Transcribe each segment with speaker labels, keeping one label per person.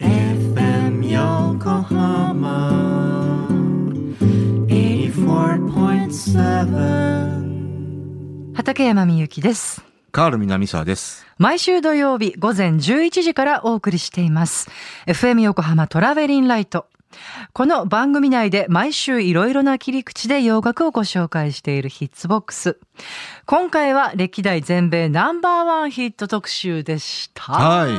Speaker 1: FM Yokohama 84.7
Speaker 2: 畠山みゆきです。
Speaker 3: カール南沢です。
Speaker 2: 毎週土曜日午前11時からお送りしています。FM 横浜トラベリンライト。この番組内で毎週いろいろな切り口で洋楽をご紹介しているヒッツボックス。今回は歴代全米ナンバーワンヒット特集でした。。
Speaker 3: はい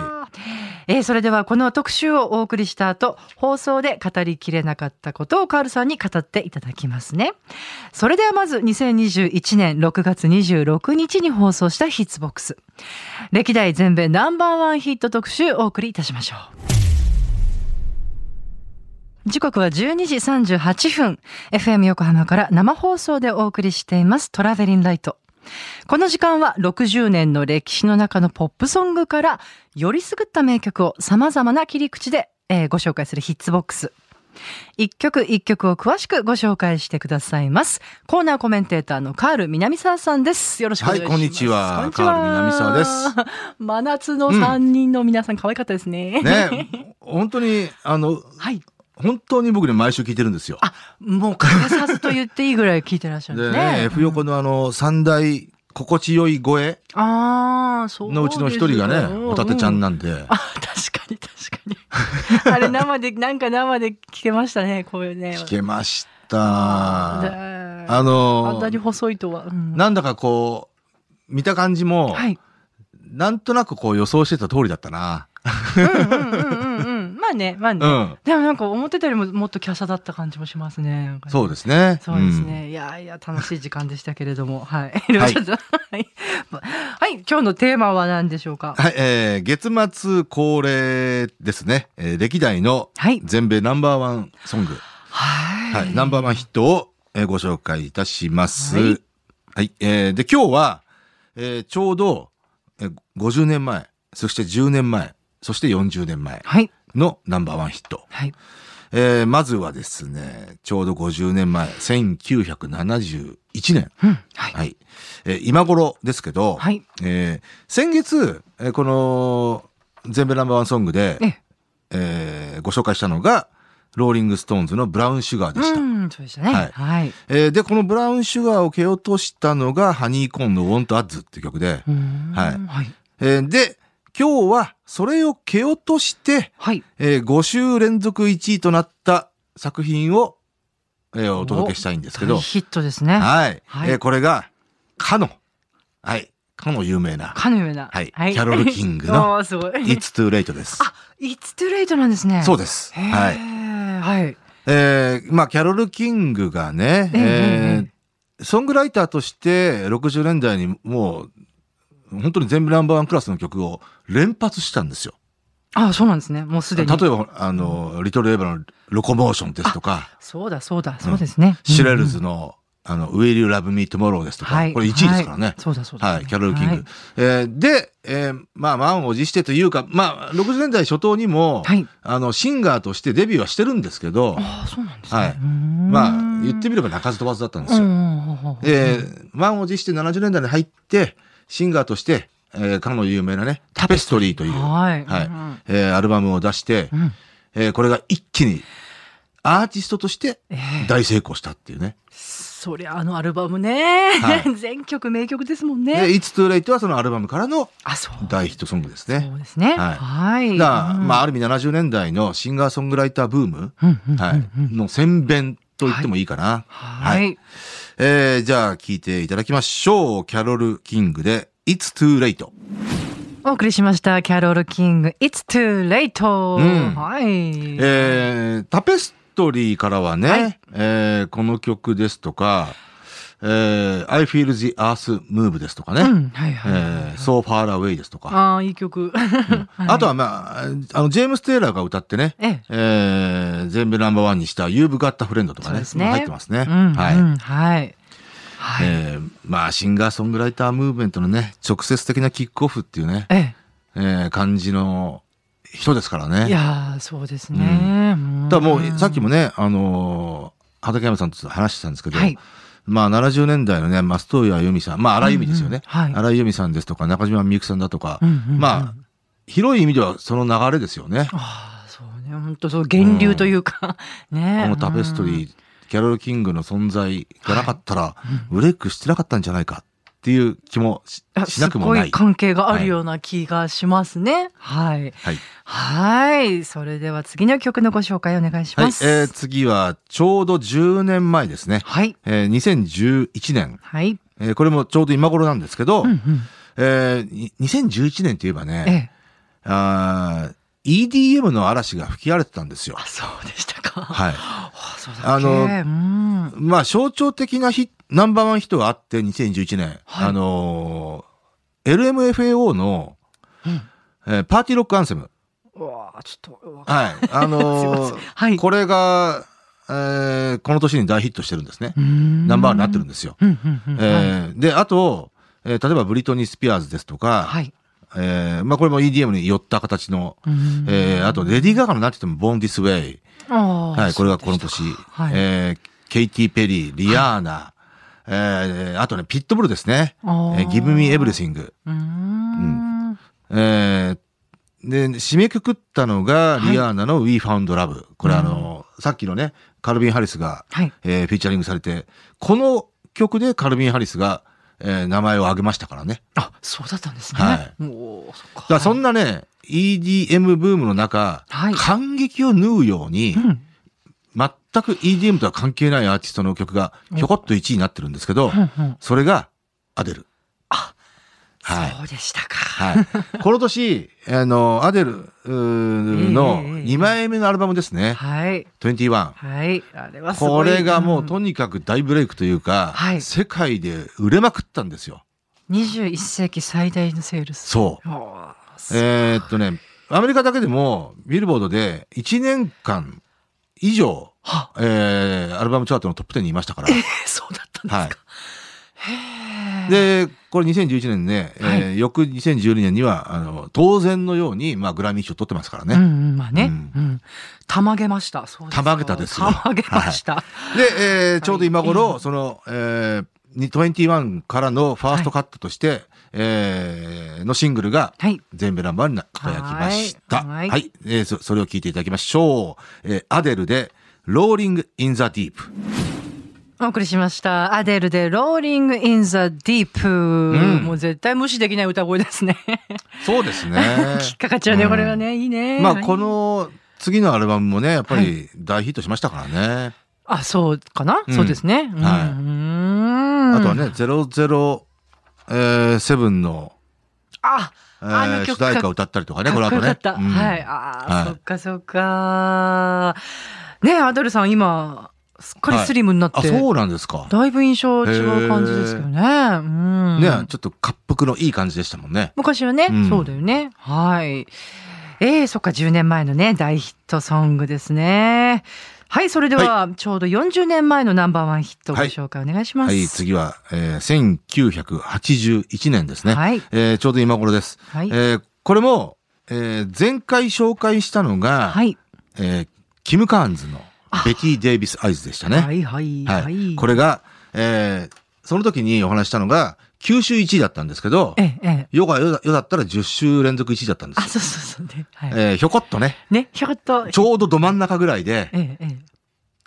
Speaker 2: えーそれではこの特集をお送りした後、放送で語りきれなかったことをカールさんに語っていただきますね。それではまず2021年6月26日に放送したヒッツボックス。歴代全米ナンバーワンヒット特集お送りいたしましょう。時刻は12時38分。FM 横浜から生放送でお送りしていますトラベリンライト。この時間は60年の歴史の中のポップソングからよりすぐった名曲を様々な切り口で、えーご紹介するヒッツボックス。一曲一曲を詳しくご紹介してくださいます。コーナーコメンテーターのカール南沢さんです。よろしくお願いします。
Speaker 3: はいこんにちはカール南沢です。
Speaker 2: 真夏の三人の皆さん、可愛かったですね。
Speaker 3: ね、本当に、あの、
Speaker 2: はい。
Speaker 3: 本当に僕ね、毎週聞いてるんですよ。
Speaker 2: あ、もう欠かさずと言っていいぐらい聞いてらっしゃ
Speaker 3: で
Speaker 2: るんです
Speaker 3: ね
Speaker 2: ね。
Speaker 3: F 横のあの、三大心地よい声
Speaker 2: ああ、そうですよ。
Speaker 3: のうちの一人がね、おたてちゃん
Speaker 2: な。
Speaker 3: なんで、
Speaker 2: あ、確かに 確かに。あれ生で、なんか生で聞けましたね、こういうね。
Speaker 3: 聞けまし
Speaker 2: で
Speaker 3: た。
Speaker 2: あ
Speaker 3: あの
Speaker 2: んなに、細いとは。うん
Speaker 3: なんだかこう、見た感じも、
Speaker 2: はい。
Speaker 3: なんとなくこう予想してた通りだったな。
Speaker 2: うんうんうんうんうん。まあね、まあ
Speaker 3: う
Speaker 2: ね。
Speaker 3: ん。
Speaker 2: でもなんか思ってたよりももっと華奢だった感じもしますね。なんかね
Speaker 3: そうですね。
Speaker 2: そうですね。いやいや、楽しい時間でしたけれども。はい。
Speaker 3: はい
Speaker 2: ちょっとはい。はい。今日のテーマは何でしょうか
Speaker 3: はい、えー、月末恒例ですね、えー歴代の
Speaker 2: はい
Speaker 3: 全米ナンバーワンソング、
Speaker 2: は
Speaker 3: はい、ナンバーワンヒットを、えーご紹介いたします。
Speaker 2: は
Speaker 3: はいい、えーで、今日は、えーちょうど、えー50年前、そして10年前、そして40年前
Speaker 2: はい。
Speaker 3: のナンバーワンヒット。
Speaker 2: はい。
Speaker 3: えーまずはですね、ちょうど50年前、1971年。
Speaker 2: うん。はい。
Speaker 3: はい。えー今頃ですけど、
Speaker 2: はい。
Speaker 3: えー先月、えーこの全米ナンバーワンソングで
Speaker 2: え、え。
Speaker 3: えーご紹介したのが、ローリングストーンズのブラウンシュガーでした。
Speaker 2: うん。そうでしたね。
Speaker 3: はい
Speaker 2: はい。
Speaker 3: えーで、このブラウンシュガーを蹴落としたのが、ハニーコーンのウォントアッズっていう曲で、
Speaker 2: うん
Speaker 3: はい
Speaker 2: はい。
Speaker 3: えーで、今日はそれを蹴落として、
Speaker 2: はい。
Speaker 3: え5週連続1位となった作品を、えーお届けしたいんですけど
Speaker 2: 大、ヒットですね。
Speaker 3: はい。
Speaker 2: はい
Speaker 3: えーこれが、かの、はい、かの有名な、
Speaker 2: かのような。
Speaker 3: はいキャロルキングの
Speaker 2: あーすごい。
Speaker 3: It's Too Late です。
Speaker 2: あ、It's too late なんですね。
Speaker 3: そう
Speaker 2: で
Speaker 3: です。
Speaker 2: へー
Speaker 3: はい。
Speaker 2: はい。
Speaker 3: えーまあ、キャロル・キングがね、
Speaker 2: え
Speaker 3: え
Speaker 2: ええ
Speaker 3: ーソングライターとして60年代にもう、本当に全部ナンバーワンクラスの曲を連発したんですよ。
Speaker 2: あ、そうなんですね。もうす
Speaker 3: 例
Speaker 2: で
Speaker 3: え
Speaker 2: に。
Speaker 3: ば、あの、リトル・エヴァのロコモーションですとか、
Speaker 2: そうだ、そうだ、そうですね。
Speaker 3: シレル
Speaker 2: う
Speaker 3: ズ
Speaker 2: ん
Speaker 3: の、あの、Will You Love Me Tomorrow ですとか、
Speaker 2: はい。
Speaker 3: これ1位ですから
Speaker 2: はい
Speaker 3: ね。
Speaker 2: そうだ、そうだ。
Speaker 3: はい、キャロル・キング。
Speaker 2: はい
Speaker 3: えーで、えーまあ、満を持してというか、まあ、60年代初頭にも、
Speaker 2: はい。
Speaker 3: あの、シンガーとしてデビューはしてるんですけど、
Speaker 2: ああ、そうなんですね。
Speaker 3: はいまあ、言ってみ
Speaker 2: る
Speaker 3: れば鳴かず飛ばずだったん
Speaker 2: ん
Speaker 3: ですよ。
Speaker 2: よ
Speaker 3: えー、満を持して70年代に入って、シンガーとして、えー、かの有名なね、タペストリーという、
Speaker 2: はい。
Speaker 3: はい
Speaker 2: うん
Speaker 3: えーアルバムを出して、
Speaker 2: うん
Speaker 3: えーこれが一気にアーティストとして
Speaker 2: えー
Speaker 3: 大成功したっていうね。
Speaker 2: そりゃ、あのアルバムね
Speaker 3: は。
Speaker 2: 全曲名曲ですもん
Speaker 3: で、
Speaker 2: ね。
Speaker 3: It's Too Late はそのアルバムからの
Speaker 2: あ、そう。
Speaker 3: 大ヒットソングですね。
Speaker 2: そうですね。
Speaker 3: はい
Speaker 2: はい。
Speaker 3: だから、まあ、あ
Speaker 2: る。
Speaker 3: る意味70年代のシンガーソングライターブーム、
Speaker 2: うんうんうんうん
Speaker 3: はい、の先弁と言ってもいいかな。
Speaker 2: は。
Speaker 3: はいえーじゃあ、聞いていただきましょう。キャロル・キングで、It's Too Late。
Speaker 2: お送りしました、キャロル・キング、It's too late!
Speaker 3: うん
Speaker 2: はい。
Speaker 3: えータペストリーからはね、
Speaker 2: はい
Speaker 3: えーこの曲ですとか、えー、I feel the earth move ですとかね、
Speaker 2: うん、はいはいはい。
Speaker 3: えー、So far away ですとか、
Speaker 2: ああ、いい曲。
Speaker 3: あとは、まあ、あの、ジェームス・テイラーが歌ってね、
Speaker 2: ええ
Speaker 3: えー全米ナンバーワンにした「You've Got a Friend」とか
Speaker 2: そう
Speaker 3: ね
Speaker 2: ですね
Speaker 3: 入ってますね、
Speaker 2: うん、
Speaker 3: はい、
Speaker 2: うんはい。はい。
Speaker 3: えーまあシンガーソングライタームーブメントのね直接的なキックオフっていうね、
Speaker 2: え
Speaker 3: えー感じの人ですからね
Speaker 2: え。いやー、そうですね。ん
Speaker 3: だからもうさっきもね、あのー畠山さんと話してたんですけど、
Speaker 2: はい
Speaker 3: まあ70年代のね松任谷由実さんまあ荒井由実ですよね、
Speaker 2: うんうんはい
Speaker 3: 荒井由実さんですとか中島みゆきさんだとか、
Speaker 2: うんうんうん
Speaker 3: まあ広い意味ではその流れですよね。
Speaker 2: ああ、そうね。本当そう、源流というか、 ね。
Speaker 3: このタペスト
Speaker 2: うん
Speaker 3: リー、キャロル・キングの存在がなかったら、ブレイクしてなかったんじゃないかっていう気もし
Speaker 2: あ
Speaker 3: しなくもな
Speaker 2: すごい
Speaker 3: い。
Speaker 2: 関係があるような気がしますね。はい。
Speaker 3: はい。
Speaker 2: はい。それでは次の曲のご紹介お願いし
Speaker 3: はい、え
Speaker 2: ます。はい。
Speaker 3: ー次は、ちょうど10年前ですね。
Speaker 2: はい。
Speaker 3: えー2011年、
Speaker 2: はい。
Speaker 3: えーこれもちょうど今頃なんですけど、
Speaker 2: うんうん。
Speaker 3: えーに2011年といえば
Speaker 2: え
Speaker 3: ね、
Speaker 2: え。
Speaker 3: あー EDM の嵐が吹き荒れてたんですよ
Speaker 2: あ、。そうでしたか。
Speaker 3: はい。
Speaker 2: あそうだっけ
Speaker 3: あの
Speaker 2: うん。
Speaker 3: まあ象徴的なヒナンバーワンヒットがあって2011年、
Speaker 2: はい
Speaker 3: あのー LMFAO の、
Speaker 2: うん
Speaker 3: えーパーティーロックアンセム。
Speaker 2: うわーちょっとわかんない。
Speaker 3: はい。あ のー
Speaker 2: はい。
Speaker 3: これが、えーこの年に大ヒットしてるんですね。ナ
Speaker 2: ナ
Speaker 3: ンバーワンになってるんですよ。
Speaker 2: うんうんうん。
Speaker 3: え
Speaker 2: はい
Speaker 3: ーで、あと、えー例えばブリトニー・スピアーズですとか、
Speaker 2: はい。
Speaker 3: えーまあこれも EDM に寄った形の、
Speaker 2: うん
Speaker 3: えーあと、レディー・ガガのなってても、ボン・ディス・ウェイ。
Speaker 2: あー
Speaker 3: はい、これがこの年。
Speaker 2: はい
Speaker 3: えーケイティ・ペリー、リアーナ、えーあとね、ピットブルですね。
Speaker 2: あー
Speaker 3: えー Give Me Everything。
Speaker 2: うーん。
Speaker 3: えーで、締めくくったのが、
Speaker 2: はい
Speaker 3: リアーナの We Found Love。これあの、さっきのね、カルビン・ハリスが、
Speaker 2: はい。
Speaker 3: えーフィーチャリングされて、この曲でカルビン・ハリスが、えー名前を挙げましたからね。
Speaker 2: あ、そうだったんですね。
Speaker 3: は
Speaker 2: おーそっか。
Speaker 3: だからそんなね、EDM ブームの中、
Speaker 2: はい
Speaker 3: 感激を縫うように、
Speaker 2: うん。
Speaker 3: 全く EDM とは関係ないアーティストの曲がひょこっと1位になってるんですけど、
Speaker 2: うんうん
Speaker 3: それがアデル。
Speaker 2: あ、
Speaker 3: はい。
Speaker 2: そうでしたか。
Speaker 3: はい。 この年、あの、アデルうーの
Speaker 2: ええええ
Speaker 3: 2枚目のアルバムですね。
Speaker 2: はい。
Speaker 3: 21。
Speaker 2: はい。あれはすご
Speaker 3: こ
Speaker 2: い。
Speaker 3: れがもう
Speaker 2: うん
Speaker 3: とにかく大ブレイクというか、
Speaker 2: はい
Speaker 3: 世界で売れまくったんですよ。
Speaker 2: 21世紀最大のセールス。。
Speaker 3: そう
Speaker 2: あー
Speaker 3: う。えーっとね、アメリカだけでもビルボードで1年間以上、
Speaker 2: は
Speaker 3: えーアルバムチャートのトップ10にいました から。
Speaker 2: そうだったん
Speaker 3: はい
Speaker 2: ですか。。へー
Speaker 3: で、これ2011年ね、えー
Speaker 2: は
Speaker 3: 翌2012年には、あの、当然のように、まあ、グラミー賞取ってますからね。
Speaker 2: うんうん、まあね。
Speaker 3: う
Speaker 2: うんん。たまげました。そうですよ
Speaker 3: たまげたですよ
Speaker 2: たまげました。
Speaker 3: で、えーちょうど今頃、
Speaker 2: はい
Speaker 3: その、えー、に21からのファーストカットとして、えーのシングルが、
Speaker 2: はい。
Speaker 3: 全米ナンバーにな輝きました。は。
Speaker 2: はいい
Speaker 3: えーそ。それを聞いていただきましょう。えーアデルで、ローリング・イン・ザ・ディープ。
Speaker 2: お送りしました。アデルで、ローリング・イン・ザ・ディープ。
Speaker 3: ん
Speaker 2: もう絶対無視できない歌声ですね。。
Speaker 3: そうですね
Speaker 2: きっかかっちゃうね、
Speaker 3: うん
Speaker 2: これはね。いいね。
Speaker 3: まあ、
Speaker 2: はい
Speaker 3: こ。の、次のアルバムもね、やっぱり大ヒットしましたからね。
Speaker 2: あ、そうかな、
Speaker 3: うん
Speaker 2: そうですね。うん
Speaker 3: はい
Speaker 2: うん
Speaker 3: あとはね、007、えー、セブンの、
Speaker 2: あ、
Speaker 3: え
Speaker 2: あの
Speaker 3: ー、
Speaker 2: 曲
Speaker 3: 主
Speaker 2: か
Speaker 3: 題歌を歌ったりとかね、この
Speaker 2: かっ
Speaker 3: 後
Speaker 2: こ
Speaker 3: ね
Speaker 2: よかっ。た。
Speaker 3: うん
Speaker 2: はい。あー、
Speaker 3: はい
Speaker 2: そっかそっか。ねアデルさん今、すっかりスリムになって。
Speaker 3: あ、そうなんですか。
Speaker 2: だいぶ印象違う感じですけどね。うん。
Speaker 3: ね、ちょっと滑覆のいい感じでしたもんね。
Speaker 2: 昔はね、
Speaker 3: うん
Speaker 2: そうだよね。はい。えー、そっか、10年前のね、大ヒットソングですね。はい、それでは、ちょうど40年前のナンバーワンヒットご
Speaker 3: はい
Speaker 2: 紹介お願いします。
Speaker 3: はい、次は、えー、1981年ですね。
Speaker 2: はい
Speaker 3: えーちょうど今頃です。
Speaker 2: はい
Speaker 3: えーこれも、えー前回紹介したのが、
Speaker 2: はい。
Speaker 3: えーキム・カーンズのベティ・デイビス・アイズでしたね。
Speaker 2: はい、はい、
Speaker 3: は。
Speaker 2: はいい。
Speaker 3: これが、えーその時にお話ししたのが、九州1位だったんですけど
Speaker 2: え、え、ええ。
Speaker 3: ヨガヨだったら10週連続1位だったんです
Speaker 2: あ、
Speaker 3: よ
Speaker 2: そうそうそうね。はい。
Speaker 3: えーひょこっとね、
Speaker 2: ね、ひょこっと、
Speaker 3: ちょうどど真ん中ぐらいで、
Speaker 2: ええ、ええ。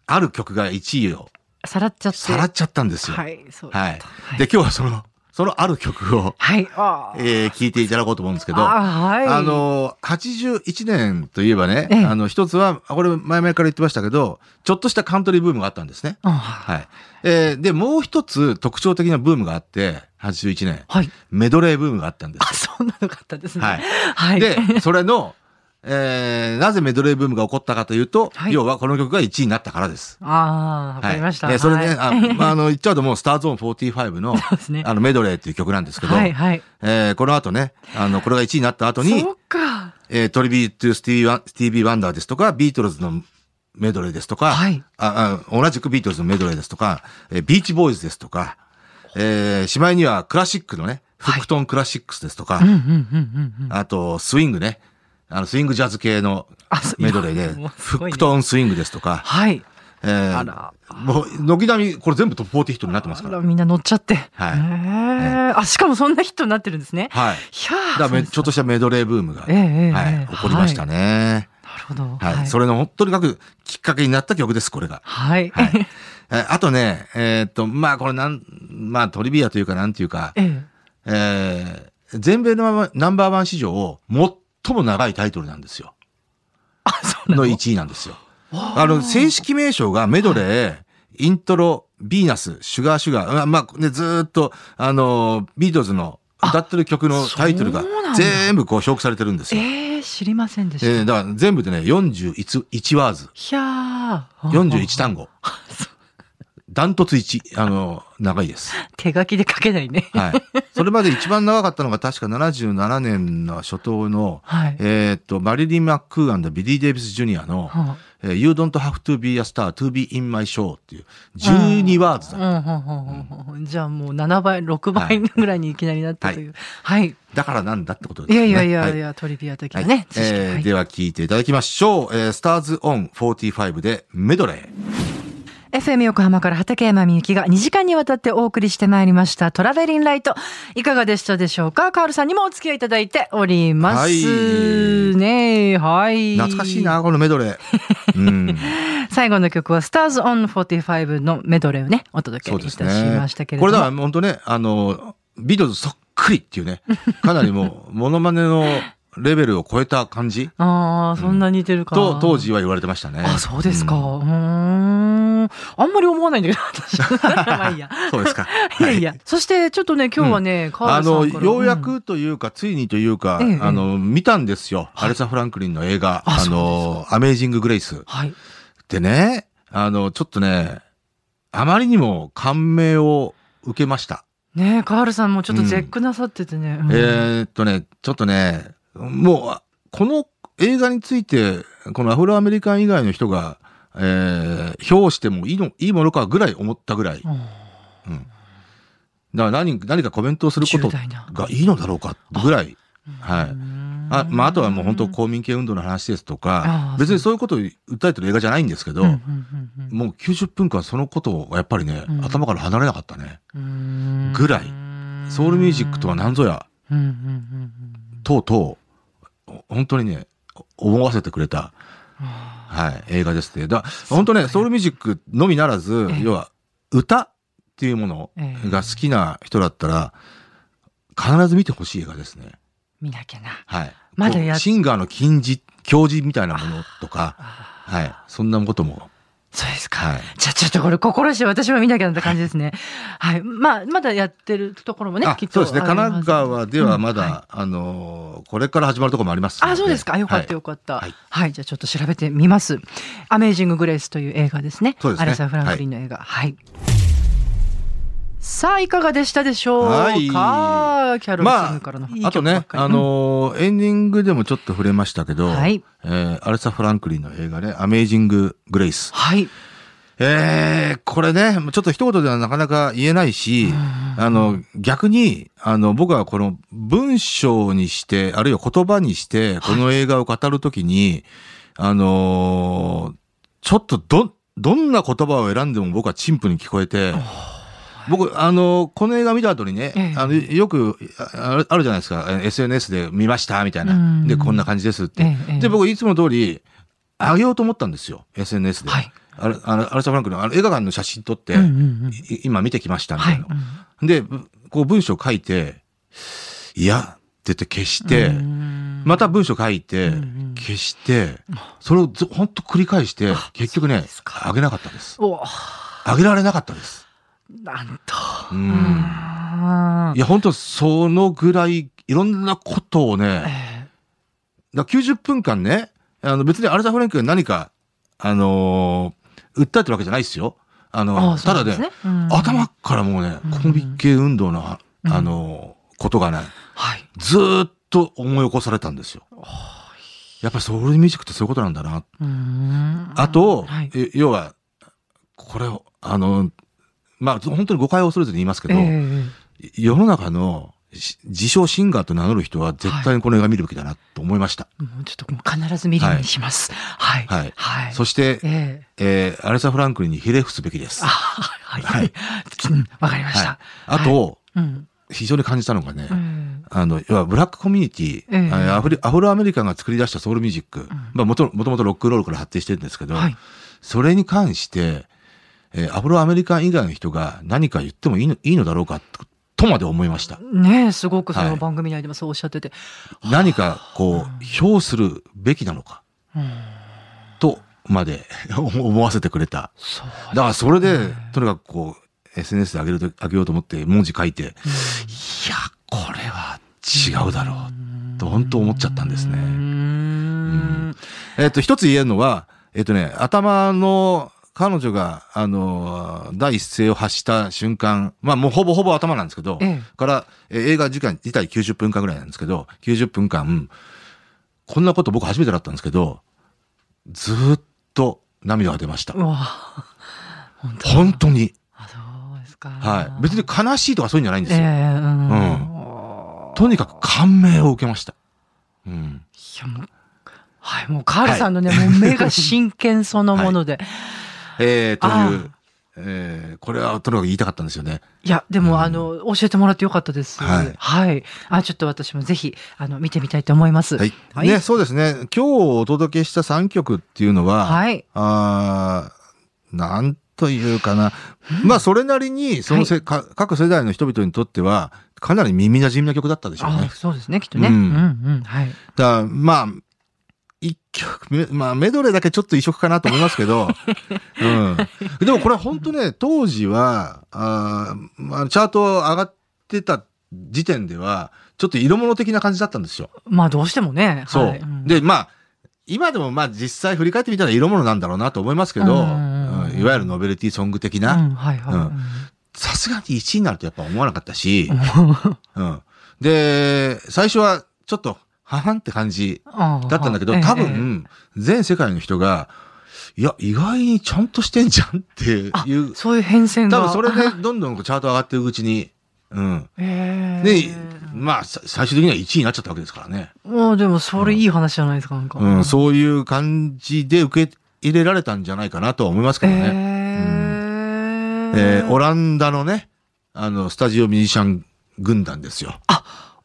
Speaker 3: ある曲が1位を
Speaker 2: さらっちゃって。
Speaker 3: さらっ
Speaker 2: ち
Speaker 3: ちゃったんですよ。は。
Speaker 2: はいい、そうだった。はい。
Speaker 3: で、今日はその、そのある曲を、
Speaker 2: はい、あー
Speaker 3: えー聞いていただこうと思うんですけど、あ
Speaker 2: あー、はい。
Speaker 3: のー、81年といえばね、
Speaker 2: ええ
Speaker 3: あの、一つは、あこれ前々から言ってましたけど、ちょっとしたカントリーブームがあったんですね。
Speaker 2: うん、はい。
Speaker 3: はい。えーで、もう一つ特徴的なブームがあって、81年、
Speaker 2: はい。
Speaker 3: メドレーブームがあったんで
Speaker 2: あ、そんなのかったです
Speaker 3: す。
Speaker 2: ね。
Speaker 3: はい。
Speaker 2: はい。
Speaker 3: で、それの、えーなぜメドレーブームが起こったかというと、
Speaker 2: はい
Speaker 3: 要はこの曲が1位になったからです。
Speaker 2: ああ、わかりました。
Speaker 3: はいえーそれで、
Speaker 2: は
Speaker 3: あ
Speaker 2: い
Speaker 3: まあ、あの、言っちゃうともう、スターゾーン45の、
Speaker 2: そう ですね。
Speaker 3: あの、メドレーっていう曲なんですけど、
Speaker 2: はい、はい。
Speaker 3: えーこの後ね、あの、これが1位になった後に
Speaker 2: そ、うか。
Speaker 3: えートリビュートゥスティービーワン・スティービー・ワンダーですとか、ビートルズのメドレーですとか、
Speaker 2: はい
Speaker 3: ああ同じくビートルズのメドレーですとか、えービーチボーイズですとか、えーしまいにはクラシックのね、フックトンクラシックスですとか、
Speaker 2: うん、うん、うん、うん。うん
Speaker 3: あと、スイングね、あの、スイングジャズ系の
Speaker 2: あそう
Speaker 3: メドレーで、
Speaker 2: もうす
Speaker 3: フ
Speaker 2: ごい
Speaker 3: ッ
Speaker 2: ね
Speaker 3: クトンスイングですとか、
Speaker 2: はい。
Speaker 3: えー
Speaker 2: あら
Speaker 3: もう、軒並み、これ全部トップ40ヒットになってます
Speaker 2: あ
Speaker 3: から。
Speaker 2: ら、みんな乗っちゃって。
Speaker 3: はい
Speaker 2: へーあ、しかもそんなヒットになってるんですね。
Speaker 3: はい。
Speaker 2: いやー
Speaker 3: だ
Speaker 2: そ
Speaker 3: か
Speaker 2: う
Speaker 3: ら
Speaker 2: です
Speaker 3: ちょっとしたメドレーブームが、
Speaker 2: ええええ
Speaker 3: は
Speaker 2: え
Speaker 3: い、
Speaker 2: え
Speaker 3: 起こりましたね。
Speaker 2: なるほど。
Speaker 3: はい。それの本当にかくきっかけになった曲です、これが。
Speaker 2: はい。
Speaker 3: はい。えーあとね、えーっと、まあこれなん、まあトリビアというかなんていうか、
Speaker 2: ええ
Speaker 3: えー全米のナンバーワン史上、最も長いタイトルなんですよ。
Speaker 2: あ、そうなの
Speaker 3: の1位なんですよ。あの、正式名称がメドレー、イントロ、ビーナス、シュガーシュガー、うんまあ、ね、ずーっと、あの、ビートルズの歌ってる曲のタイトルが
Speaker 2: そうなんだ
Speaker 3: 全部こう表記されてるんですよ。
Speaker 2: ええ知りませんでした。
Speaker 3: えー、だから全部でね、41一ワーズ、
Speaker 2: ひゃー。
Speaker 3: 41単語。ダントツ1、あの、長い です。
Speaker 2: 手書きで書けないね。
Speaker 3: はい。それまで一番長かったのが確か77年の初頭の、
Speaker 2: はい。
Speaker 3: えーっと、マリリン・マックーアンドビリー・デイビス・ジュニアの、
Speaker 2: は
Speaker 3: えー You don't have to be a star to be in my show っていう12ワード
Speaker 2: あうん
Speaker 3: だ。
Speaker 2: うんうんうんじゃあもう7倍、6倍ぐらいにいきなりなったという。はい。
Speaker 3: だからなんだってこと
Speaker 2: い
Speaker 3: です
Speaker 2: や
Speaker 3: ね。
Speaker 2: いやいやい
Speaker 3: は
Speaker 2: や、トリビア的
Speaker 3: は
Speaker 2: ないね。知識
Speaker 3: え
Speaker 2: は
Speaker 3: ー
Speaker 2: い
Speaker 3: では聞いていただきましょう。えー、Stars on 45でメドレー。
Speaker 2: FM 横浜から畠山みゆきが2時間にわたってお送りしてまいりましたトラベリンライト。いかがでしたでしょうかカールさんにもお付き合いいただいておりま
Speaker 3: は
Speaker 2: す。ねえはい。
Speaker 3: 懐かしい。な、このメドレ ー。うん。
Speaker 2: 最後の曲は Stars on 45のメドレーをね、お届
Speaker 3: そ
Speaker 2: け
Speaker 3: う
Speaker 2: いた
Speaker 3: で
Speaker 2: し
Speaker 3: すね。
Speaker 2: ましたけれど
Speaker 3: こ
Speaker 2: も。
Speaker 3: れだから本当ね、あの、ビートルズそっくりっていうね、かなりもう、モ ノマネのレベルを超えた感じ
Speaker 2: ああ、そんな似てるか。
Speaker 3: と、当時は言われてましたね。
Speaker 2: あ、そうですか。うんーん。あんまり思わないんだけど、 私。まあいいや。
Speaker 3: そうですか。
Speaker 2: いやいや。そして、ちょっとね、今日はね、カー
Speaker 3: あ
Speaker 2: ルさん
Speaker 3: の、
Speaker 2: から
Speaker 3: ようや
Speaker 2: ん
Speaker 3: くというか、ついにというか、
Speaker 2: ええ
Speaker 3: あの、見たんですよ。アレサ・フランクリンの映画、
Speaker 2: あ
Speaker 3: あの、アメージング・グレイス。
Speaker 2: はい。
Speaker 3: でね、あの、ちょっとね、あまりにも感銘を受けました。
Speaker 2: ねえカールさんもちょっと絶句なさっててね。うん
Speaker 3: えーっとね、ちょっとね、もう、あこの映画について、このアフロアメリカン以外の人が、えー、評してもいいの、いいものかぐらい思ったぐらい。だか
Speaker 2: うん
Speaker 3: ら何、何かコメントをすること
Speaker 2: 重大な
Speaker 3: がいいのだろうかぐらい。は
Speaker 2: う
Speaker 3: い
Speaker 2: ー。ん
Speaker 3: あまあ、あとはもう本当公民権運動の話ですとか
Speaker 2: あ、ー
Speaker 3: 別にそういうことを訴えてる映画じゃないんですけど、
Speaker 2: うんうんうん
Speaker 3: もう90分間そのことをやっぱりね、
Speaker 2: うん
Speaker 3: 頭から離れなかったね。
Speaker 2: うん
Speaker 3: ぐらいソウルミュージックとは何ぞや、
Speaker 2: うんうんうん
Speaker 3: とうとう、お本当にね、お思わせてくれた、はい、映画ですね。だ本当ね、ソウルミュージックのみならず
Speaker 2: ええ、
Speaker 3: 要は歌っていうもの
Speaker 2: ええ
Speaker 3: が好きな人だったら、必ず見てほしい映画ですね。
Speaker 2: 見なきゃな。
Speaker 3: はい。
Speaker 2: まだや
Speaker 3: こうシンガーの金字、教授みたいなものとか、
Speaker 2: あ
Speaker 3: はい。そんなことも。
Speaker 2: そうですか。
Speaker 3: はい。
Speaker 2: じゃあちょっとこれ心して私も見なきゃなって感じですね。はい。まあ、まだやってるところもね
Speaker 3: あ、
Speaker 2: きっと。
Speaker 3: そうですね。神奈川ではまだ、
Speaker 2: うんはい
Speaker 3: あのーこれから始まるところもありますので。
Speaker 2: あ、そうですか。よかった
Speaker 3: はい
Speaker 2: よかった。は
Speaker 3: はいい。
Speaker 2: じゃあちょっと調べてみます。アメージング・グレイスという映画ですね。
Speaker 3: そうですね
Speaker 2: アレサ・フランクリンの映画。はい。さあ、いかがでしたでしょうか、
Speaker 3: はい
Speaker 2: キャロル・キン
Speaker 3: ま
Speaker 2: グ
Speaker 3: あ
Speaker 2: からの、
Speaker 3: あとね、あ、のーエンディングでもちょっと触れましたけど、
Speaker 2: はい
Speaker 3: えーアレサ・フランクリンの映画ね、アメイジング・グレイス。
Speaker 2: はい。
Speaker 3: えー、これね、ちょっと一言ではなかなか言えないし、あの、逆に、あの、僕はこの文章にして、あるいは言葉にして、この映画を語るときに、あのーちょっとど、どんな言葉を選んでも僕は陳腐に聞こえて、僕、あのーこの映画見た後にね、
Speaker 2: ええ
Speaker 3: あの、よく、ああるあるじゃないですか、え SNS で見ました、みたい
Speaker 2: うん
Speaker 3: な。で、こんな感じですって。
Speaker 2: ええええ
Speaker 3: で、僕、いつも通り、あげようと思ったんですよ、SNS で。
Speaker 2: はい
Speaker 3: あれ、あれ、アルサフランクのあの映画館の写真撮って、
Speaker 2: うんうんうん
Speaker 3: い今見てきましたみ
Speaker 2: は
Speaker 3: た
Speaker 2: い。
Speaker 3: いな。で、ぶこう文章書いて、いやって言って消して、また文章書いて、
Speaker 2: うん
Speaker 3: 消して、それをずほんと繰り返して、結局
Speaker 2: そう
Speaker 3: ね
Speaker 2: です、か
Speaker 3: あげなかったです。
Speaker 2: おお
Speaker 3: あげられなかったです。
Speaker 2: なんと。
Speaker 3: うん
Speaker 2: あー
Speaker 3: いや、本当そのぐらい、いろんなことをね、
Speaker 2: え
Speaker 3: だから90分間ね、あの別にアルザ・フレンクが何か、あのー訴えてるわけじゃないですよ。あの、
Speaker 2: あそ
Speaker 3: た
Speaker 2: う
Speaker 3: だ
Speaker 2: なんで
Speaker 3: です
Speaker 2: ねうん
Speaker 3: 頭からもうね、コンビ系運動の、あ
Speaker 2: うん
Speaker 3: あのーことがね、
Speaker 2: はい。
Speaker 3: ずーっと思い起こされたんですよ。やっぱりソウルミュージックってそういうことなんだな。
Speaker 2: うーん
Speaker 3: あと、
Speaker 2: はい
Speaker 3: え要は、これを、あの、まあ、本当に誤解を恐れずに言いますけど、
Speaker 2: え
Speaker 3: 世の中のし自称シンガーと名乗る人は絶対にこの映画見るべきだなと思いました。
Speaker 2: えもうちょっともう必ず見るようにします。はい。
Speaker 3: はい
Speaker 2: はい。
Speaker 3: そして、
Speaker 2: ええ
Speaker 3: えーアレサ・フランクリンにひれ伏すべきです。
Speaker 2: あはい。
Speaker 3: は
Speaker 2: はい い。うんわかりまし
Speaker 3: はい
Speaker 2: た。、
Speaker 3: あと、
Speaker 2: うん。
Speaker 3: 非常に感じたのがね、
Speaker 2: うん
Speaker 3: あの、要はブラックコミュニティ、
Speaker 2: ええ
Speaker 3: アフリアフロアメリカンが作り出したソウルミュージック、まあもともともとロックンロールから発展してるんですけど、
Speaker 2: はい。
Speaker 3: それに関して、えーアフロアメリカン以外の人が何か言ってもいいのいいのだろうかととまで思いました。
Speaker 2: ねえ、すごくそ
Speaker 3: は
Speaker 2: の
Speaker 3: い
Speaker 2: 番組内でもそうおっしゃってて。
Speaker 3: 何かこう、評するべきなのか、とまで 思わせてくれた。
Speaker 2: そう。
Speaker 3: だからそれで、とにかくこう、SNS で上げると、上げようと思って文字書いて、いや、これは違うだろう、と本当思っちゃったんですね。
Speaker 2: うーん。
Speaker 3: えっと、一つ言えるのは、えっとね、頭の、彼女が、あの、第一声を発した瞬間、まあもうほぼほぼ頭なんですけど、
Speaker 2: ええ
Speaker 3: から、えー映画時間自体90分間ぐらいなんですけど、90分間、こんなこと僕初めてだったんですけど、ずーっと涙が出ました
Speaker 2: う。わ本当
Speaker 3: 本当に。
Speaker 2: あ、そうですか。
Speaker 3: はい。別に悲しいとかそういうんじゃないんです
Speaker 2: え
Speaker 3: よ。
Speaker 2: えうん。
Speaker 3: うとにかく感銘を受けました。うん。
Speaker 2: いやもうはい、もうカールさんのね、もう目が真剣そのも ので。
Speaker 3: えー、と
Speaker 2: あ
Speaker 3: いう
Speaker 2: ー、
Speaker 3: えー、これはとにかく言いたかったんですよね。
Speaker 2: いや、でも、あの、教えてもらってよかったです。
Speaker 3: はい
Speaker 2: はい。あ、ちょっと私もぜひ、あの、見てみたいと思います。
Speaker 3: はい。
Speaker 2: はい。
Speaker 3: ね、そうですね。今日お届けした3曲っていうのは、
Speaker 2: はい
Speaker 3: あーなんというかな。まあ、それなりに、そのせ、か各世代の人々にとっては、かなり耳馴染みな曲だったでしょう
Speaker 2: あ
Speaker 3: ね、。
Speaker 2: そうですね、きっとね。
Speaker 3: う
Speaker 2: うんん、うん、はい。
Speaker 3: だからまあ、一曲め、まあ、メドレーだけちょっと異色かなと思いますけど、うん。でもこれ本当ね、当時は、あーまあ、チャート上がってた時点では、ちょっと色物的な感じだったんですよ。
Speaker 2: まあ、どうしてもね。
Speaker 3: そう。
Speaker 2: はいん
Speaker 3: で、まあ、今でもまあ実際振り返ってみたら色物なんだろうなと思いますけど、
Speaker 2: う
Speaker 3: うん
Speaker 2: うんうん
Speaker 3: んいわゆるノベルティソング的
Speaker 2: う
Speaker 3: な、
Speaker 2: ん、はい、はい。
Speaker 3: うん
Speaker 2: うん
Speaker 3: さすがに1位になるとやっぱ思わなかったし、うん。で、最初はちょっと、ははんって感じ
Speaker 2: あー
Speaker 3: だったんだけど、
Speaker 2: はい
Speaker 3: 多
Speaker 2: ええ
Speaker 3: 分、全世界の人が、いや、意外にちゃんとしてんじゃんって
Speaker 2: あ
Speaker 3: いう、
Speaker 2: そういう変遷
Speaker 3: 多
Speaker 2: が。
Speaker 3: 分それでどんどんこうチャート上がっていくうちに、うん。
Speaker 2: え
Speaker 3: で
Speaker 2: え、
Speaker 3: まあ、さ最終的には1位になっちゃったわけですからね。
Speaker 2: もうでも、それいい話じゃないですか、なんか。
Speaker 3: うん、そういう感じで受け入れられたんじゃないかなとは思いますけどね。
Speaker 2: え
Speaker 3: え
Speaker 2: え
Speaker 3: ーオランダのね、あの、スタジオミュージシャン軍団ですよ。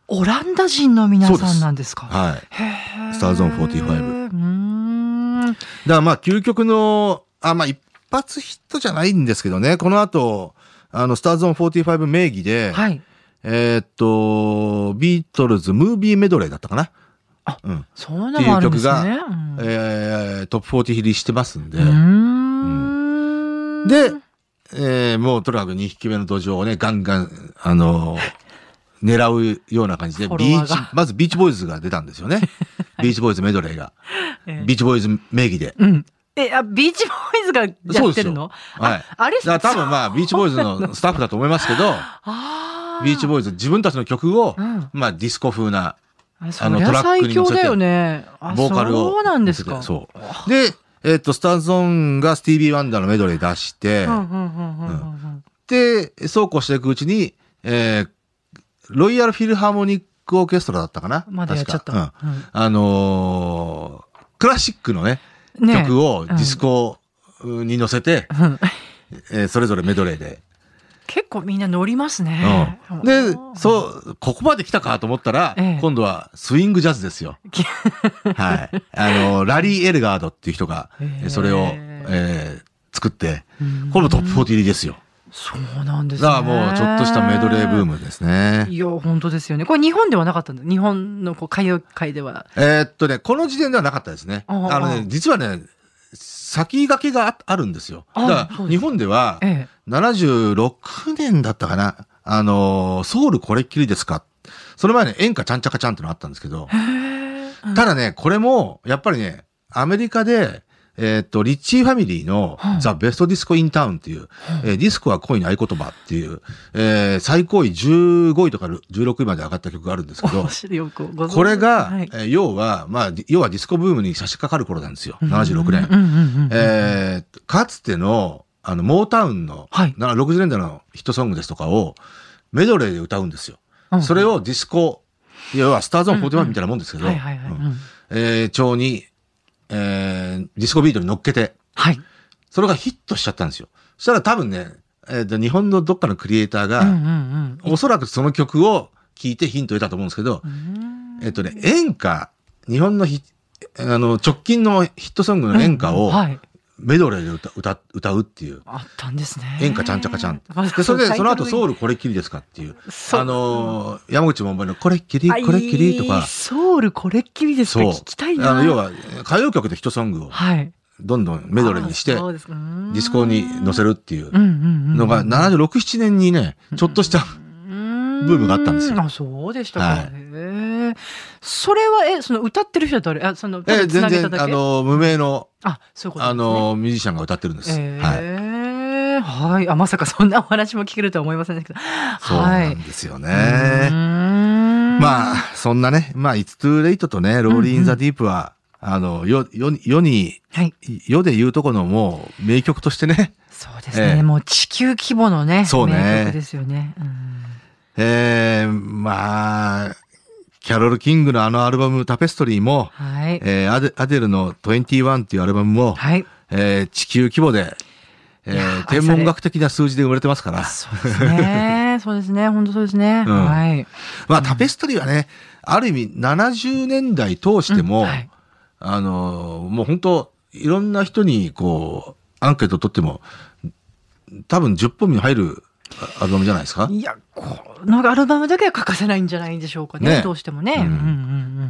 Speaker 2: オランダ人の皆さんなんですか。
Speaker 3: はい。だか
Speaker 2: へ
Speaker 3: スターズオン45
Speaker 2: うーん。
Speaker 3: らまあ、究極の、あ、まあ、一発ヒットじゃないんですけどね、この後、あの、スターズオン45名義で、
Speaker 2: はい。
Speaker 3: えーっと、ビートルズムービーメドレーだったかな。
Speaker 2: あ
Speaker 3: うん。
Speaker 2: そういうのもあるんです
Speaker 3: ってい
Speaker 2: ね。
Speaker 3: えー、トップ40入りしてますんで。
Speaker 2: うん。うーん
Speaker 3: で、えーもうとにかく2匹目の土壌をね、ガンガン、あのー狙うような感じで、
Speaker 2: フォ
Speaker 3: ビ
Speaker 2: ロワ
Speaker 3: ー
Speaker 2: ー
Speaker 3: チ
Speaker 2: が、
Speaker 3: まずビーチボーイズが出たんですよ ね。ビーチボーイズメドレーが。
Speaker 2: え
Speaker 3: ビーチボーイズ名義で。
Speaker 2: うん。え、あ、ビーチボーイズがやってるの
Speaker 3: そうですよ
Speaker 2: ああれ
Speaker 3: だから多分まあ、ビーチボーイズのスタッフだと思いますけ ど、
Speaker 2: あ
Speaker 3: ビーチボーイズ自分たちの曲を、
Speaker 2: うん
Speaker 3: まあ、ディスコ風な
Speaker 2: ーイズ
Speaker 3: あ
Speaker 2: あ
Speaker 3: の
Speaker 2: の、そりゃ
Speaker 3: トラック
Speaker 2: 最
Speaker 3: に乗
Speaker 2: 強
Speaker 3: せて
Speaker 2: だよね。あ
Speaker 3: ボーカルを。
Speaker 2: そうなんですか。
Speaker 3: そう。で、えっと、スターズオンがスティービー・ワンダーのメドレー出して、
Speaker 2: うんうんうんうんうん
Speaker 3: で、そうこうしていくうちに、えーロイヤルフィルハーモニックオーケストラだったかな
Speaker 2: まだやっちゃった
Speaker 3: 確かうん
Speaker 2: うん
Speaker 3: あのークラシックのね、
Speaker 2: うん。ね
Speaker 3: 曲をディス。コに乗せて、
Speaker 2: うんうん
Speaker 3: えーそれぞれメドレーで。
Speaker 2: 結構みんな乗ります
Speaker 3: う
Speaker 2: ね。
Speaker 3: ん、で、そう、ここまで来たかと思ったら、
Speaker 2: ええ
Speaker 3: 今度はスイングジャズです よ。はい。あのーラリー・エルガードっていう人が、えーそれを、えー作って、
Speaker 2: うん
Speaker 3: これもトップ40入りですよ。
Speaker 2: そうなんで
Speaker 3: だ
Speaker 2: すね。
Speaker 3: からもうちょっとしたメドレーブームですね。
Speaker 2: いや、本当ですよね。これ日本ではなかったんだ。日本のこう歌謡界では。
Speaker 3: えーっとね、この時点ではなかったですね。
Speaker 2: ああ
Speaker 3: あの
Speaker 2: ああ
Speaker 3: ね、実はね、先駆けがああるんですよ。
Speaker 2: あ
Speaker 3: だ
Speaker 2: あ
Speaker 3: か
Speaker 2: そ
Speaker 3: ら、
Speaker 2: うです
Speaker 3: 日本では、
Speaker 2: ええ。
Speaker 3: 76年だったかな。あのー、ソウルこれっきりですか。その前に演歌ちゃんちゃかちゃんってのあったんですけど、ただね、これも、やっぱりね、アメリカで、えーっと、リッチーファミリーの
Speaker 2: うん
Speaker 3: ザ・ベスト・ディスコ・イン・タウンっていう、えーディスコは恋の合言葉っていう、えー最高位15位とか16位まで上がった曲があるんですけど
Speaker 2: 面、白いよくご存知
Speaker 3: これが、
Speaker 2: はい
Speaker 3: えー要は、まあ、ディ要はディスコブームに差し掛かる頃なんですよ。76年。
Speaker 2: うんうんうん
Speaker 3: えーかつての、あの、モータウンの、
Speaker 2: はい
Speaker 3: な60年代のヒットソングですとかを、メドレーで歌うんですよ。
Speaker 2: うん
Speaker 3: それをディスコ、要はスターズオン41みたいなもんですけど、
Speaker 2: はいはいは
Speaker 3: う
Speaker 2: い。うんん
Speaker 3: えー調に、えーディスコビートに乗っけて、
Speaker 2: はい。
Speaker 3: それがヒットしちゃったんですよ。そしたら多分ね、えーと日本のどっかのクリエイターが、
Speaker 2: うんうん
Speaker 3: おそらくその曲を聴いてヒントを得たと思うんですけど
Speaker 2: う、ん。
Speaker 3: えっ、とね、演歌、日本のヒあの、直近のヒットソングの演歌を
Speaker 2: はい。
Speaker 3: メドレーで歌歌歌うっていう。
Speaker 2: あったんですね。
Speaker 3: 演歌ちゃんちゃかちゃん。
Speaker 2: まあ
Speaker 3: で、それで、その後ソウ
Speaker 2: ル。
Speaker 3: ルこれっきりですかっていう。
Speaker 2: そう
Speaker 3: あのー、山口百恵のこれっきり、
Speaker 2: あいい
Speaker 3: これっきりとか。
Speaker 2: ソウルこれっきりですか
Speaker 3: そう。
Speaker 2: 聞きたいな。
Speaker 3: あの、要は、歌謡曲でヒットソングを
Speaker 2: はい。
Speaker 3: どんどんメドレーにして、
Speaker 2: あ
Speaker 3: デ
Speaker 2: そうですかうーん
Speaker 3: ィスコに乗せるっていう
Speaker 2: うんうんうん
Speaker 3: のが、76、7年にね、ちょっとした、ブ
Speaker 2: ブ
Speaker 3: ームがあったんですよ
Speaker 2: あ、そうでしたか。へえそれは、え、その歌ってる人は誰あ、その、
Speaker 3: え
Speaker 2: え、
Speaker 3: 全然、あ
Speaker 2: あの、
Speaker 3: の、無名の、
Speaker 2: あ、そういうことですね。
Speaker 3: あの、ミュージシャンが歌ってるんです。
Speaker 2: え
Speaker 3: はい。
Speaker 2: えはい。あ、まさかそんなお話も聞けるとは思いませんでしたけど。
Speaker 3: そう
Speaker 2: は
Speaker 3: ないん。ですよ
Speaker 2: うー
Speaker 3: ね。
Speaker 2: ん
Speaker 3: まあ、そんなね、まあ、It's Too Late とね、ローリー・イン・ザ・ディープは、あの、よ、よ、世に、
Speaker 2: はい。
Speaker 3: 世で言うとこのもう名曲としてね、
Speaker 2: そうですね。
Speaker 3: ええ
Speaker 2: もう地球規模のね、
Speaker 3: そうね
Speaker 2: 名曲ですよね。うん
Speaker 3: えー、まあ、キャロル・キングのあのアルバムタペストリーも、
Speaker 2: はい。
Speaker 3: えーアデアデルの21っていうアルバムも、
Speaker 2: はい。
Speaker 3: えー地球規模で、え
Speaker 2: いや
Speaker 3: ー
Speaker 2: ー
Speaker 3: 天文学的な数字で生まれてますから、
Speaker 2: そうですね。そうですね。本当そうですね。
Speaker 3: うん
Speaker 2: はい。
Speaker 3: まあタペストリーはね、ある意味70年代通しても、
Speaker 2: うんはい
Speaker 3: あのー、もう本当いろんな人にこう、アンケート取っても、多分10本に入るあアルバムじゃないですか
Speaker 2: いや、このアルバムだけは欠かせないんじゃないでしょうかね。
Speaker 3: ね
Speaker 2: どうしてもね。
Speaker 3: うん
Speaker 2: うんうん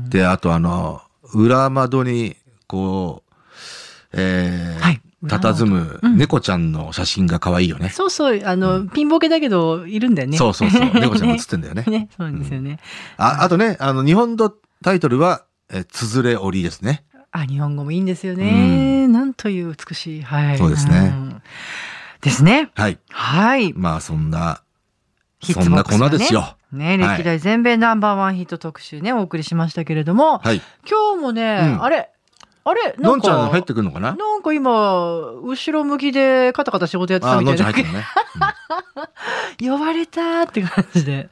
Speaker 2: うん
Speaker 3: で、あとあの、裏窓に、こう、えー、
Speaker 2: はい
Speaker 3: 佇む
Speaker 2: うん
Speaker 3: 猫ちゃんの写真が可愛いよね。
Speaker 2: そうそう、あの、ピンボケだけど、いるんだよね。
Speaker 3: そうそうそう。 猫ちゃんが
Speaker 2: ね
Speaker 3: 写ってんだよね。
Speaker 2: ね、そうなんですよね。
Speaker 3: あ、あとね、あの、日本のタイトルは、えーつづれ折りですね。
Speaker 2: あ、日本語もいいんですよ
Speaker 3: う
Speaker 2: ね。なんという美しい。はい。
Speaker 3: そうですね
Speaker 2: ん。ですね。
Speaker 3: はい。
Speaker 2: はい。
Speaker 3: まあ、そんな、
Speaker 2: ヒッ
Speaker 3: そ
Speaker 2: ツ
Speaker 3: ん
Speaker 2: ボ
Speaker 3: な
Speaker 2: ック
Speaker 3: 粉
Speaker 2: スがね
Speaker 3: ですよ。
Speaker 2: ね、
Speaker 3: はい
Speaker 2: 歴代全米ナンバーワンヒット特集ね、お送りしましたけれども、
Speaker 3: はい。
Speaker 2: 今日もね、
Speaker 3: うん
Speaker 2: あれ、あれ、な
Speaker 3: の
Speaker 2: ん
Speaker 3: んちゃん
Speaker 2: か、
Speaker 3: 入ってくるのかな
Speaker 2: なんか今、後ろ向きでカタカタ仕事やってた
Speaker 3: あ、
Speaker 2: み
Speaker 3: の
Speaker 2: た
Speaker 3: ん
Speaker 2: い
Speaker 3: ちゃん入
Speaker 2: な。
Speaker 3: ってくるね。
Speaker 2: 呼ばれたーって感じで。
Speaker 3: うん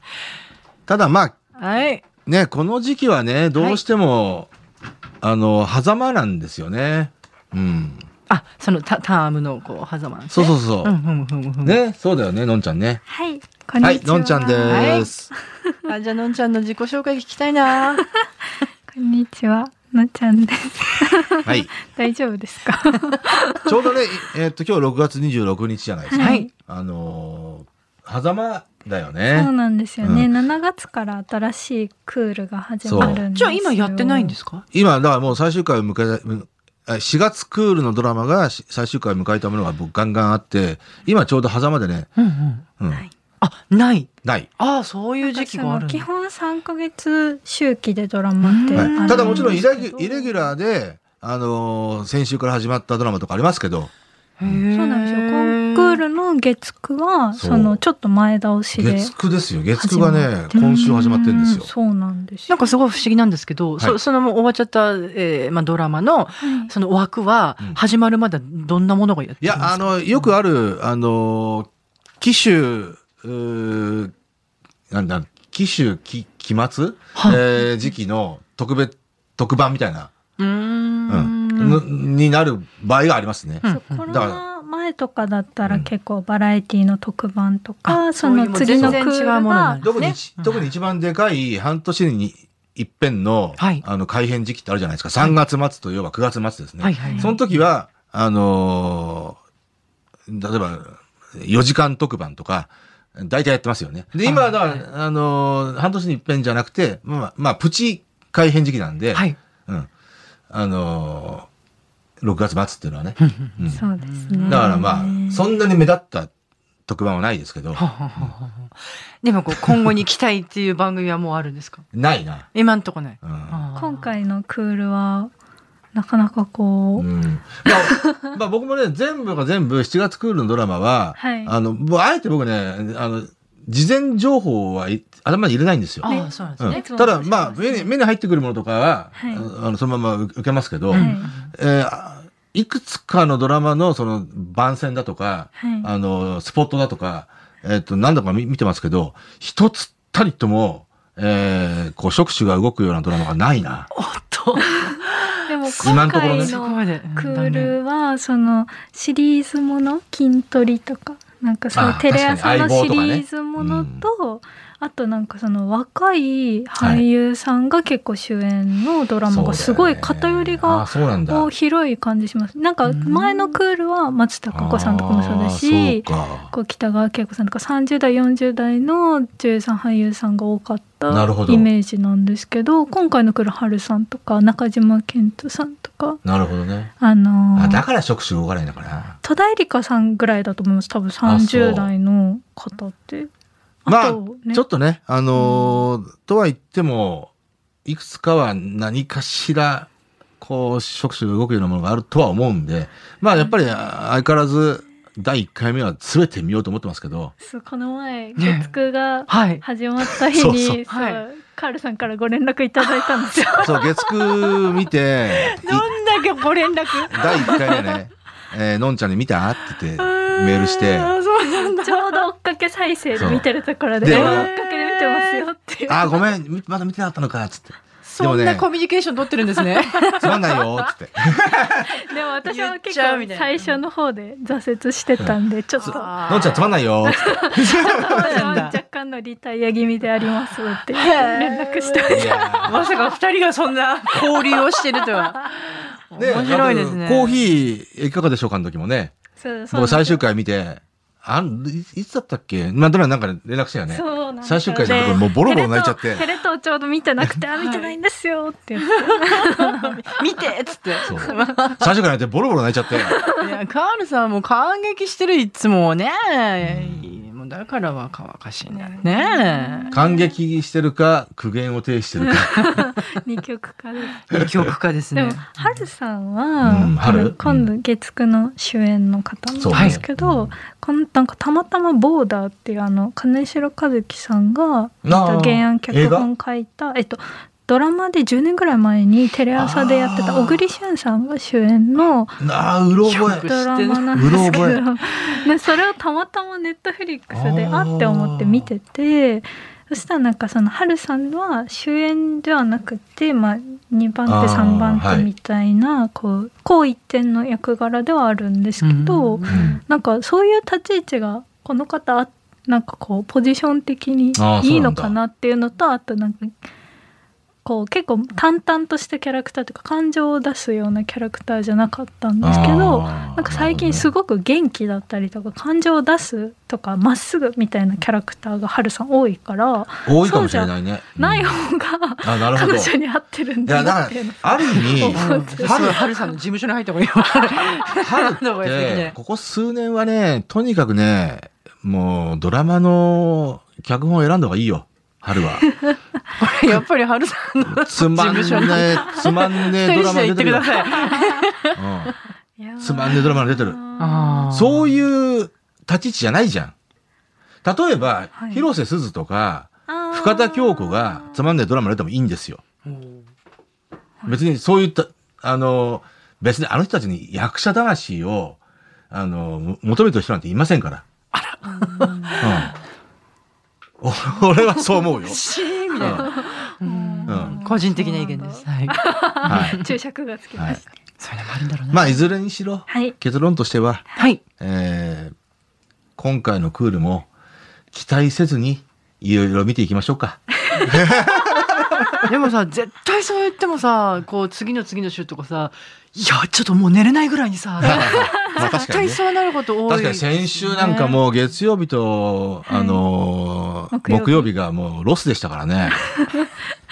Speaker 3: ただまあ、
Speaker 2: はい。
Speaker 3: ね、この時期はね、どうしても、あの、狭間なんですよね。うん。
Speaker 2: あ、そのタタームのこう、狭間、ね。
Speaker 3: そうそうそう。
Speaker 2: うん、ふむふむふむ。
Speaker 3: ね、そうだよね、のんちゃんね。
Speaker 1: はい、こんにちは。
Speaker 3: はい、のんちゃんです。
Speaker 2: あ、じゃあ、のんちゃんの自己紹介聞きたいな。
Speaker 1: こんにちは、のんちゃんです。
Speaker 3: はい。
Speaker 1: 大丈夫ですか。
Speaker 3: ちょうどね、えーっと、今日6月26日じゃないですか。
Speaker 2: はい。
Speaker 3: あのー、狭間だよ
Speaker 1: そう
Speaker 3: ね。
Speaker 1: なんですよね。
Speaker 3: う
Speaker 1: 7月から新しいクールが始まるんです
Speaker 2: じゃ
Speaker 1: よ。。
Speaker 2: あ、今やってないんですすか
Speaker 3: 今、だからもう最終回を迎えたうん、あ4月クールのドラマがし最終回を迎えたものが僕ガンガンあって、今ちょうど狭間でね、
Speaker 2: うんうん。
Speaker 3: うん、
Speaker 1: はい
Speaker 2: あ、ない。
Speaker 3: ない。
Speaker 2: ああ、そういう時期があるんだ
Speaker 1: 基本3ヶ月周期でドラマ
Speaker 2: う
Speaker 1: ってあるんですけ
Speaker 3: は
Speaker 1: ど。
Speaker 3: い、ただもちろんイレギ
Speaker 2: う
Speaker 3: ュ
Speaker 2: ん
Speaker 3: イレギュラーで、あのー先週から始まったドラマとかありますけど、
Speaker 2: へー
Speaker 1: そうなんですよ。コンクールの月9は、
Speaker 3: そう
Speaker 1: そのちょっと前倒しで。
Speaker 3: 月9ですよ。月9がね、今週始まってるんですよ
Speaker 1: う。そうなんです
Speaker 2: な
Speaker 1: よ。
Speaker 2: んかすごい不思議なんですけど、
Speaker 3: は
Speaker 2: そ
Speaker 3: い
Speaker 2: そのもう終わっちゃった、えーまあ、ドラマの
Speaker 1: はい
Speaker 2: その枠は
Speaker 3: うん
Speaker 2: 始まるまでどんなものがやって
Speaker 3: い
Speaker 2: る
Speaker 3: や
Speaker 2: んで、すか、
Speaker 3: あの、よくある、あのー、機種、うーなんだ、機種期、期末、
Speaker 2: はい
Speaker 3: えー時期の特別、特番みたいな、
Speaker 2: うーん
Speaker 3: うん、のになる場合がありますね。
Speaker 2: うん
Speaker 1: そうコロ
Speaker 3: だか
Speaker 1: ナ前とかだったら結構バラエティの特番とか、
Speaker 2: あそ
Speaker 1: そ
Speaker 2: ういう
Speaker 1: の
Speaker 2: もう
Speaker 1: 次のク
Speaker 2: 全然違
Speaker 1: ー
Speaker 2: うも
Speaker 1: ル
Speaker 2: のなんだ
Speaker 1: が
Speaker 3: 特に、
Speaker 2: ねうん
Speaker 3: 特に一番でかい半年に一遍の、
Speaker 2: はい
Speaker 3: あの、改編時期ってあるじゃないですか。3月末といえば9月末ですね。
Speaker 2: はいはい
Speaker 3: その時は、あのー例えば、4時間特番とか、大体やってますよね。で、今はだから、あのー半年に一遍じゃなくて、まあ、まあ、プチ改編時期なんで、
Speaker 2: はい
Speaker 3: うん。あのー、6月末っていうのはね。うん
Speaker 1: そうですね。
Speaker 3: だからまあ、そんなに目立った特番はないですけど
Speaker 2: は、あはあはあはあでもこう今後に期待っていう番組はもうあるんですか
Speaker 3: ないな。
Speaker 2: 今んとこない。
Speaker 3: うん
Speaker 2: あー
Speaker 1: 今回のクールはなかなかこう、
Speaker 3: うんまあ、 まあ僕もね、全部が全部7月クールのドラマは、
Speaker 1: はい
Speaker 3: あの、もうあえて僕ね、あの、事前情報はい頭に入れないんですよ
Speaker 2: あ。ーそうなんです
Speaker 3: うん
Speaker 2: ね。
Speaker 1: そう
Speaker 3: ただ、
Speaker 1: そう
Speaker 3: まあ、目に、目に入ってくるものとかは、
Speaker 1: はい
Speaker 3: あの、そのまま受けますけど、
Speaker 1: はい
Speaker 3: えーあいくつかのドラマの、その、番宣だとか、
Speaker 1: はい
Speaker 3: あの、スポットだとか、えっ、と、何度か見見てますけど、一つたりとも、えーこう、触手が動くようなドラマがないな。
Speaker 2: おっと。
Speaker 1: でも
Speaker 3: 今
Speaker 1: 今
Speaker 3: のところ
Speaker 1: 回
Speaker 3: ね
Speaker 2: そこま
Speaker 1: の
Speaker 2: で。
Speaker 1: クールはそのシリーズもの筋トレとかなんかそ
Speaker 3: あ
Speaker 1: の
Speaker 3: ー
Speaker 1: テレ朝
Speaker 3: 確かに相
Speaker 1: のシ
Speaker 3: 棒とかね
Speaker 1: リーズものとあとなんかその若い俳優さんが結構主演のドラマがすごい偏りが
Speaker 3: そうだよね、あーそうなんだ
Speaker 1: こう広い感じしますなんか前のクールは松たか子さんとかもそうだ
Speaker 3: あーそう
Speaker 1: し
Speaker 3: か
Speaker 1: こう北川景子さんとか30代40代の女優さん俳優さんが多かった
Speaker 3: なるほど
Speaker 1: イメージなんですけど今回の黒春さんとか中島健人さんとか
Speaker 3: なるほどね。
Speaker 1: あの
Speaker 3: あ、だ
Speaker 1: ー
Speaker 3: から触手動かないのかな。
Speaker 1: 戸田恵梨香さんぐらいだと思います多分
Speaker 3: あそう
Speaker 1: 30代の方って。
Speaker 3: まあ
Speaker 1: とね
Speaker 3: ちょっとね、あのーとは言っても、いくつかは何かしら、こう、触手が動くようなものがあるとは思うんで、まあやっぱりあ相変わらず、第1回目は全て見ようと思ってますけ ど、
Speaker 1: そうこの前
Speaker 2: ね
Speaker 1: 月9が
Speaker 2: はい。
Speaker 1: 始まった日
Speaker 3: そう
Speaker 1: に
Speaker 3: そう
Speaker 1: そう
Speaker 2: は
Speaker 1: カールさんからご連絡いただいたんですよ。
Speaker 3: そう、月9見て、い
Speaker 2: んだけご連絡。
Speaker 3: 第1回目ね、えーのんちゃんに見たって言って、メールして、
Speaker 2: あーそうなんだ。
Speaker 1: ちょうど追っかけ再生で見てるところで
Speaker 3: そう
Speaker 1: 追
Speaker 3: で
Speaker 1: っかけで見てますよっていう。
Speaker 3: あー、ごめん、みまだ見てなかったのか、つって。で
Speaker 2: そ
Speaker 3: もね
Speaker 2: んなコミュニケーション取ってるんです ね。
Speaker 3: つまんないよ、つって。
Speaker 1: でも私は
Speaker 2: 言っ
Speaker 1: 結
Speaker 2: ちゃうみた
Speaker 1: 構
Speaker 2: いな
Speaker 1: 最初の方で挫折してたんでちょっと私
Speaker 2: あー
Speaker 3: のんちゃんつまんない よ、つって。
Speaker 1: は若干のリタイア気味でありますっていう連絡してま
Speaker 3: い
Speaker 1: し
Speaker 3: やー
Speaker 2: まさか二人がそ んな交流をしてるとは。面白いですね。
Speaker 3: あのコーヒー、いかがでしょうかの時もね。
Speaker 1: た。
Speaker 3: 僕最終回見て、あんいいつだったっけまあ、どれなんか連絡したよね。
Speaker 1: そうなんです
Speaker 3: 最終回のところもうボロボロ泣いちゃって
Speaker 1: テレ東ちょうど見てな くて、あ、見てないんですよって言って。
Speaker 2: 見てっつって。
Speaker 3: そう。最終回なんてボロボロ泣いちゃ って。
Speaker 2: いや、カールさんも感激してる、いつもね。もうだから若々しいね。ね
Speaker 3: 感激してるか、苦言を呈してるか。
Speaker 1: 二曲化です。
Speaker 2: え。いい曲家です
Speaker 1: で
Speaker 2: ね
Speaker 1: も、。はるさん
Speaker 3: うん
Speaker 1: は、あ
Speaker 3: 春
Speaker 1: の今度月9の主演の方なん
Speaker 3: そう
Speaker 1: ですけど、このなんかたまたまボーダーっていうあの金城和樹さんがえっと
Speaker 3: あー
Speaker 1: 原案脚本書いたえっとドラマで10年ぐらい前にテレ朝でやってた小栗旬さんが主演の
Speaker 3: なあ、うろ覚
Speaker 2: よく知ってる
Speaker 1: ドラマなんですけど
Speaker 3: うろ、
Speaker 1: ね、それをたまたまネットフリックスで
Speaker 3: あ
Speaker 1: あ
Speaker 3: ー
Speaker 1: って思って見ててそしたらなんかそのハルさんは主演ではなくて、まあ、2番手
Speaker 3: あー
Speaker 1: 3番
Speaker 3: は
Speaker 1: 手
Speaker 3: い
Speaker 1: みたいなこうこう一点の役柄ではあるんですけど、
Speaker 3: え。うん
Speaker 1: なんかそういう立ち位置がこの方あなんかこうポジション的に
Speaker 3: あーそうなんだ
Speaker 1: いいのかなっていうのとあとなんかこう結構淡々としたキャラクターというか感情を出すようなキャラクターじゃなかったんですけど
Speaker 3: な
Speaker 1: なんか最近す
Speaker 3: ご
Speaker 1: ごく元気だったりとか感情を出すとかまっすぐみたいなキャラクターがハルさん多いから
Speaker 3: 多いかもしれないね。
Speaker 1: ない
Speaker 3: うん
Speaker 1: 方が
Speaker 3: あ、なるほど。い
Speaker 1: 彼女に合ってるんだ
Speaker 3: や、だ
Speaker 1: なっ
Speaker 3: か
Speaker 1: ていうの
Speaker 3: ら、ある意味、
Speaker 2: うんすごい春さんの事務所に入った方がいいよ。 春の方がいいです
Speaker 3: で
Speaker 2: ね。
Speaker 3: ここ数年はね、とにかくね、もうドラマの脚本を選んだ方がいいよ、春は。
Speaker 2: これ やっぱり春さんの
Speaker 3: つまんね
Speaker 2: 事務所
Speaker 3: え、つまんねえド
Speaker 2: 二人
Speaker 3: ラ
Speaker 2: し
Speaker 3: マ
Speaker 2: て言
Speaker 3: 出
Speaker 2: ってて
Speaker 3: る
Speaker 2: く
Speaker 3: よ
Speaker 2: だ。さい。
Speaker 1: いやー
Speaker 3: つまんねえドラマが出てる
Speaker 2: あー
Speaker 3: そういう立ち位置じゃないじゃん。例えば、
Speaker 1: はい
Speaker 3: 広瀬すずとか、
Speaker 1: あー
Speaker 3: 深田恭子がつまんねえドラマ出てもいいんですよ。別にそういった、あの、別にあの人たちに役者魂を、あの、も求めてる人なんていませんから。あら。うん。お 俺はそう 思うよ。
Speaker 2: シーンみたいな。うん
Speaker 3: うん
Speaker 2: 個人的な意見です。はい。
Speaker 3: はい。
Speaker 1: 注釈がつきました、
Speaker 2: そういうのもあるんだろうな。
Speaker 3: まあ、いずれにしろ、
Speaker 1: はい
Speaker 3: 結論としては、
Speaker 2: はい。
Speaker 3: えー今回のクールも期待せずにいろいろ見ていきましょう か。
Speaker 2: でもさ、絶対そう言ってもさ、こう次の次の週とかさ、いや、ちょっともう寝れないぐらいにさ、
Speaker 3: まあ確
Speaker 2: 絶
Speaker 3: かに、
Speaker 2: 対
Speaker 3: ね。
Speaker 2: そうなること多い
Speaker 3: 確
Speaker 2: で
Speaker 3: かに
Speaker 2: すね、
Speaker 3: 先週なんかもう月曜日と、あのー
Speaker 1: 木曜日
Speaker 3: 木曜日がもうロスでしたから ね。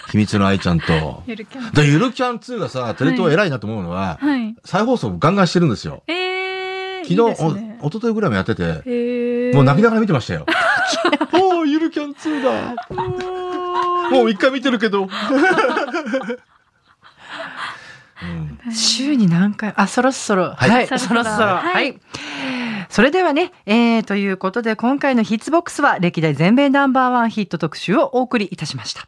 Speaker 3: 秘密の愛ちゃんと。
Speaker 1: ゆるキャン
Speaker 3: で、ゆるキャン2がさ、テレ東偉いなと思うのは、
Speaker 1: はい
Speaker 3: 再放送ガンガンしてるんですよ。
Speaker 1: えーえ
Speaker 3: 昨日、
Speaker 1: いいですね
Speaker 3: お一昨日ぐらいもやってて、
Speaker 1: えー、
Speaker 3: もう泣きながら見てました よ。おー、ゆるキャン2だ。もう一回見てるけ ど。うん
Speaker 2: 週に何回あそろそろはい、そ
Speaker 1: そ
Speaker 2: ろ
Speaker 1: ろ
Speaker 2: そ
Speaker 1: そ
Speaker 2: ろ
Speaker 1: ろ
Speaker 2: はい、
Speaker 1: はい
Speaker 2: それではね、えーということで今回のヒッツボックスは歴代全米ナンバーワンヒット特集をお送りいたしました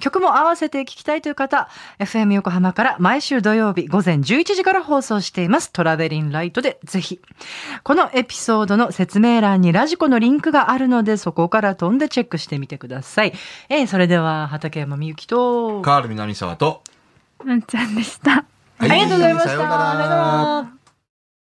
Speaker 2: 曲も合わせて聞きたいという方 FM 横浜から毎週土曜日午前11時から放送していますトラベリンライトでぜひこのエピソードの説明欄にラジコのリンクがあるのでそこから飛んでチェックしてみてください、えーそれでは畠山みゆきと
Speaker 3: カール南沢と、
Speaker 1: なんちゃんでした。
Speaker 2: ありがとうございました
Speaker 3: さようなら。
Speaker 2: さようなら